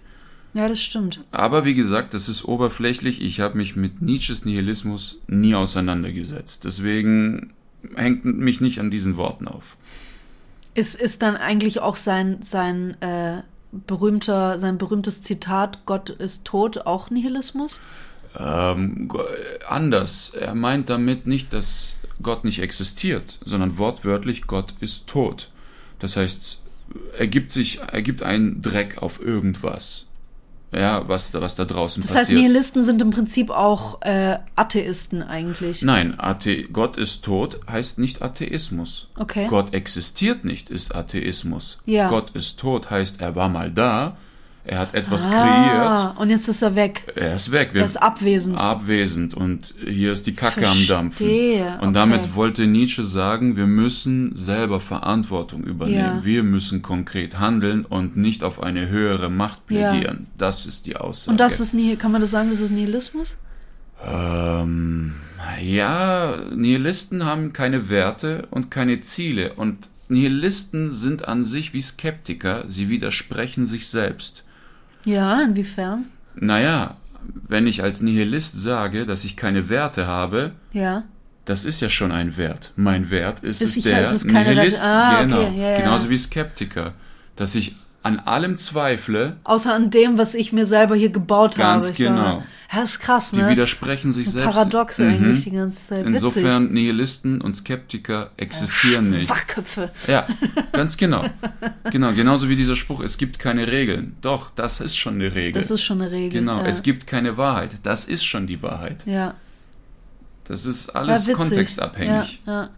Speaker 1: ja, das stimmt.
Speaker 2: Aber wie gesagt, das ist oberflächlich. Ich habe mich mit Nietzsches Nihilismus nie auseinandergesetzt. Deswegen hängt mich nicht an diesen Worten auf.
Speaker 1: Ist, ist dann eigentlich auch sein, sein, äh, berühmter, sein berühmtes Zitat, Gott ist tot, auch Nihilismus?
Speaker 2: Ähm, Go- äh, anders. Er meint damit nicht, dass Gott nicht existiert, sondern wortwörtlich Gott ist tot. Das heißt, er gibt sich, er gibt einen Dreck auf irgendwas. Ja, was, da- was da draußen
Speaker 1: Das heißt,
Speaker 2: passiert.
Speaker 1: Nihilisten sind im Prinzip auch äh, Atheisten eigentlich.
Speaker 2: Nein, Athe Gott ist tot heißt nicht Atheismus.
Speaker 1: Okay.
Speaker 2: Gott existiert nicht, ist Atheismus.
Speaker 1: Ja.
Speaker 2: Gott ist tot heißt, er war mal da, Er hat etwas
Speaker 1: Ah, und jetzt ist er weg.
Speaker 2: kreiert. Er ist weg. Wir-
Speaker 1: Er ist abwesend.
Speaker 2: abwesend und hier ist die Kacke
Speaker 1: Verstehe,
Speaker 2: am Dampfen. Und
Speaker 1: okay.
Speaker 2: damit wollte Nietzsche sagen, wir müssen selber Verantwortung übernehmen.
Speaker 1: Ja.
Speaker 2: Wir müssen konkret handeln und nicht auf eine höhere Macht
Speaker 1: Ja.
Speaker 2: plädieren. Das ist die Aussage.
Speaker 1: Und das ist nie, kann man das sagen, das ist Nihilismus?
Speaker 2: Ähm, ja, Nihilisten haben keine Werte und keine Ziele. Und Nihilisten sind an sich wie Skeptiker. Sie widersprechen sich selbst.
Speaker 1: Ja, inwiefern?
Speaker 2: Naja, wenn ich als Nihilist sage, dass ich keine Werte habe,
Speaker 1: Ja.
Speaker 2: das ist ja schon ein Wert. Mein Wert ist,
Speaker 1: Ist
Speaker 2: es
Speaker 1: sicher,
Speaker 2: der
Speaker 1: es ist keine
Speaker 2: Nihilist.
Speaker 1: Rel- Ah, okay,
Speaker 2: genau.
Speaker 1: ja, ja.
Speaker 2: Genauso wie Skeptiker. Dass ich an allem zweifle,
Speaker 1: Außer an dem, was ich mir selber hier gebaut
Speaker 2: Ganz
Speaker 1: habe. Ich
Speaker 2: genau.
Speaker 1: glaube, Ja, ist krass,
Speaker 2: die
Speaker 1: ne?
Speaker 2: widersprechen sich
Speaker 1: das ist ein
Speaker 2: selbst.
Speaker 1: Paradox
Speaker 2: Mhm.
Speaker 1: eigentlich die ganze Zeit.
Speaker 2: Insofern Nihilisten und Skeptiker existieren
Speaker 1: Witzig.
Speaker 2: nicht.
Speaker 1: Fachköpfe.
Speaker 2: Ja, ganz genau. Genau, genauso wie dieser Spruch, es gibt keine Regeln. Doch, das ist schon eine Regel.
Speaker 1: Das ist schon eine Regel.
Speaker 2: genau,
Speaker 1: ja.
Speaker 2: es gibt keine Wahrheit. Das ist schon die Wahrheit.
Speaker 1: Ja.
Speaker 2: Das ist
Speaker 1: Ja,
Speaker 2: alles
Speaker 1: witzig.
Speaker 2: kontextabhängig.
Speaker 1: Ja, ja.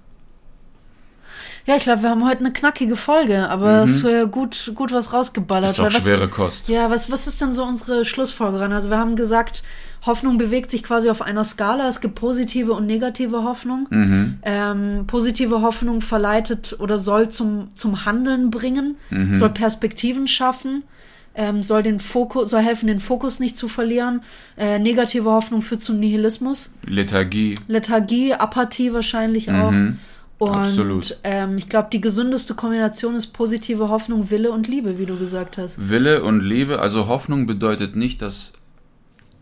Speaker 1: ja ich glaube, wir haben heute eine knackige Folge, aber es war ja gut, gut was rausgeballert.
Speaker 2: Mhm. Ist doch
Speaker 1: Weil was,
Speaker 2: schwere Kost.
Speaker 1: Ja, was, was ist denn so unsere Schlussfolgerung? Also wir haben gesagt, Hoffnung bewegt sich quasi auf einer Skala. Es gibt positive und negative Hoffnung. Ähm, positive Hoffnung verleitet oder soll zum, zum Handeln bringen, soll Perspektiven schaffen. Ähm, soll den Fokus, soll helfen, den Fokus nicht zu verlieren. Äh, negative Hoffnung führt zum Nihilismus.
Speaker 2: Lethargie,
Speaker 1: Lethargie, Apathie wahrscheinlich auch. Und
Speaker 2: absolut.
Speaker 1: Ähm, ich glaube, die gesündeste Kombination ist positive Hoffnung, Wille und Liebe, wie du gesagt hast.
Speaker 2: Wille und Liebe. Also Hoffnung bedeutet nicht, dass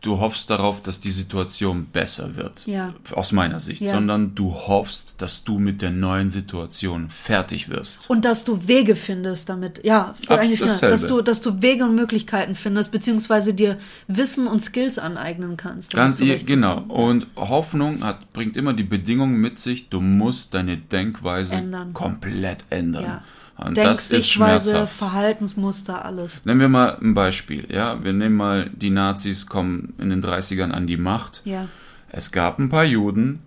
Speaker 2: du hoffst darauf, dass die Situation besser wird.
Speaker 1: Ja.
Speaker 2: Aus meiner Sicht.
Speaker 1: Ja.
Speaker 2: Sondern du hoffst, dass du mit der neuen Situation fertig wirst.
Speaker 1: Und dass du Wege findest damit. Ja,
Speaker 2: Abs-
Speaker 1: eigentlich genau.
Speaker 2: dasselbe.
Speaker 1: Dass du, dass du Wege und Möglichkeiten findest, beziehungsweise dir Wissen und Skills aneignen kannst. damit
Speaker 2: Ganz ihr,
Speaker 1: zurechtzukommen.
Speaker 2: genau. Und Hoffnung hat, bringt immer die Bedingung mit sich, du musst deine Denkweise
Speaker 1: Ändern.
Speaker 2: komplett ändern. Und das ist
Speaker 1: Denksichtweise,
Speaker 2: schmerzhaft.
Speaker 1: Verhaltensmuster, alles.
Speaker 2: Nehmen wir mal ein Beispiel, ja. Wir nehmen mal, die Nazis kommen in den 30ern an die Macht.
Speaker 1: Ja.
Speaker 2: Es gab ein paar Juden,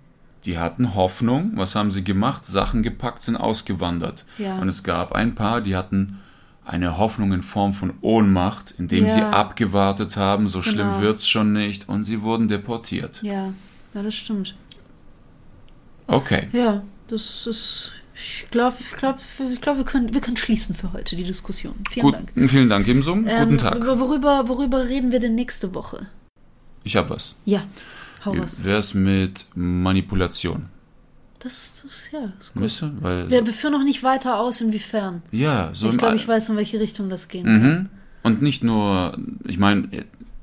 Speaker 2: die hatten Hoffnung. Was haben sie gemacht? Sachen gepackt, sind ausgewandert.
Speaker 1: Ja.
Speaker 2: Und es gab ein paar, die hatten eine Hoffnung in Form von Ohnmacht, indem sie
Speaker 1: Ja.
Speaker 2: abgewartet haben, so schlimm
Speaker 1: Genau.
Speaker 2: wird's schon nicht, und sie wurden deportiert.
Speaker 1: Ja. Ja, das stimmt.
Speaker 2: Okay.
Speaker 1: Ja, das ist. Ich glaube, ich glaub, ich glaub, wir, können, wir können schließen für heute die Diskussion. Vielen
Speaker 2: Gut,
Speaker 1: Dank. Ähm,
Speaker 2: vielen Dank, ebenso. Guten Tag.
Speaker 1: Über, worüber, worüber reden wir denn nächste Woche?
Speaker 2: Ich habe was.
Speaker 1: Ja, hau
Speaker 2: Wie
Speaker 1: was.
Speaker 2: wär's mit Manipulation?
Speaker 1: Das, das ja, ist gut.
Speaker 2: Müsse? Weil,
Speaker 1: Wir, wir führen noch nicht weiter aus, inwiefern.
Speaker 2: ja, so
Speaker 1: Ich
Speaker 2: im
Speaker 1: glaube,
Speaker 2: All-
Speaker 1: ich weiß, in welche Richtung das gehen kann.
Speaker 2: Mhm. Und nicht nur, ich meine,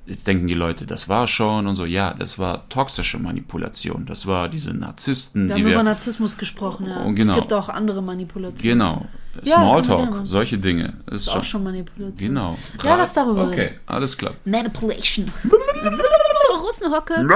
Speaker 2: jetzt denken die Leute, das war schon und so. Ja, das war toxische Manipulation. Das war diese Narzissten,
Speaker 1: Wir
Speaker 2: die
Speaker 1: haben über
Speaker 2: wir.
Speaker 1: Narzissmus gesprochen, ja.
Speaker 2: Oh, genau.
Speaker 1: Es gibt auch andere Manipulationen.
Speaker 2: Genau.
Speaker 1: Ja, können wir
Speaker 2: Smalltalk,
Speaker 1: gerne machen.
Speaker 2: solche Dinge. Das ist
Speaker 1: Ist
Speaker 2: schon,
Speaker 1: auch schon Manipulation.
Speaker 2: Genau.
Speaker 1: Ja, lass darüber
Speaker 2: Okay,
Speaker 1: reden.
Speaker 2: alles klar.
Speaker 1: Manipulation. Russenhocke.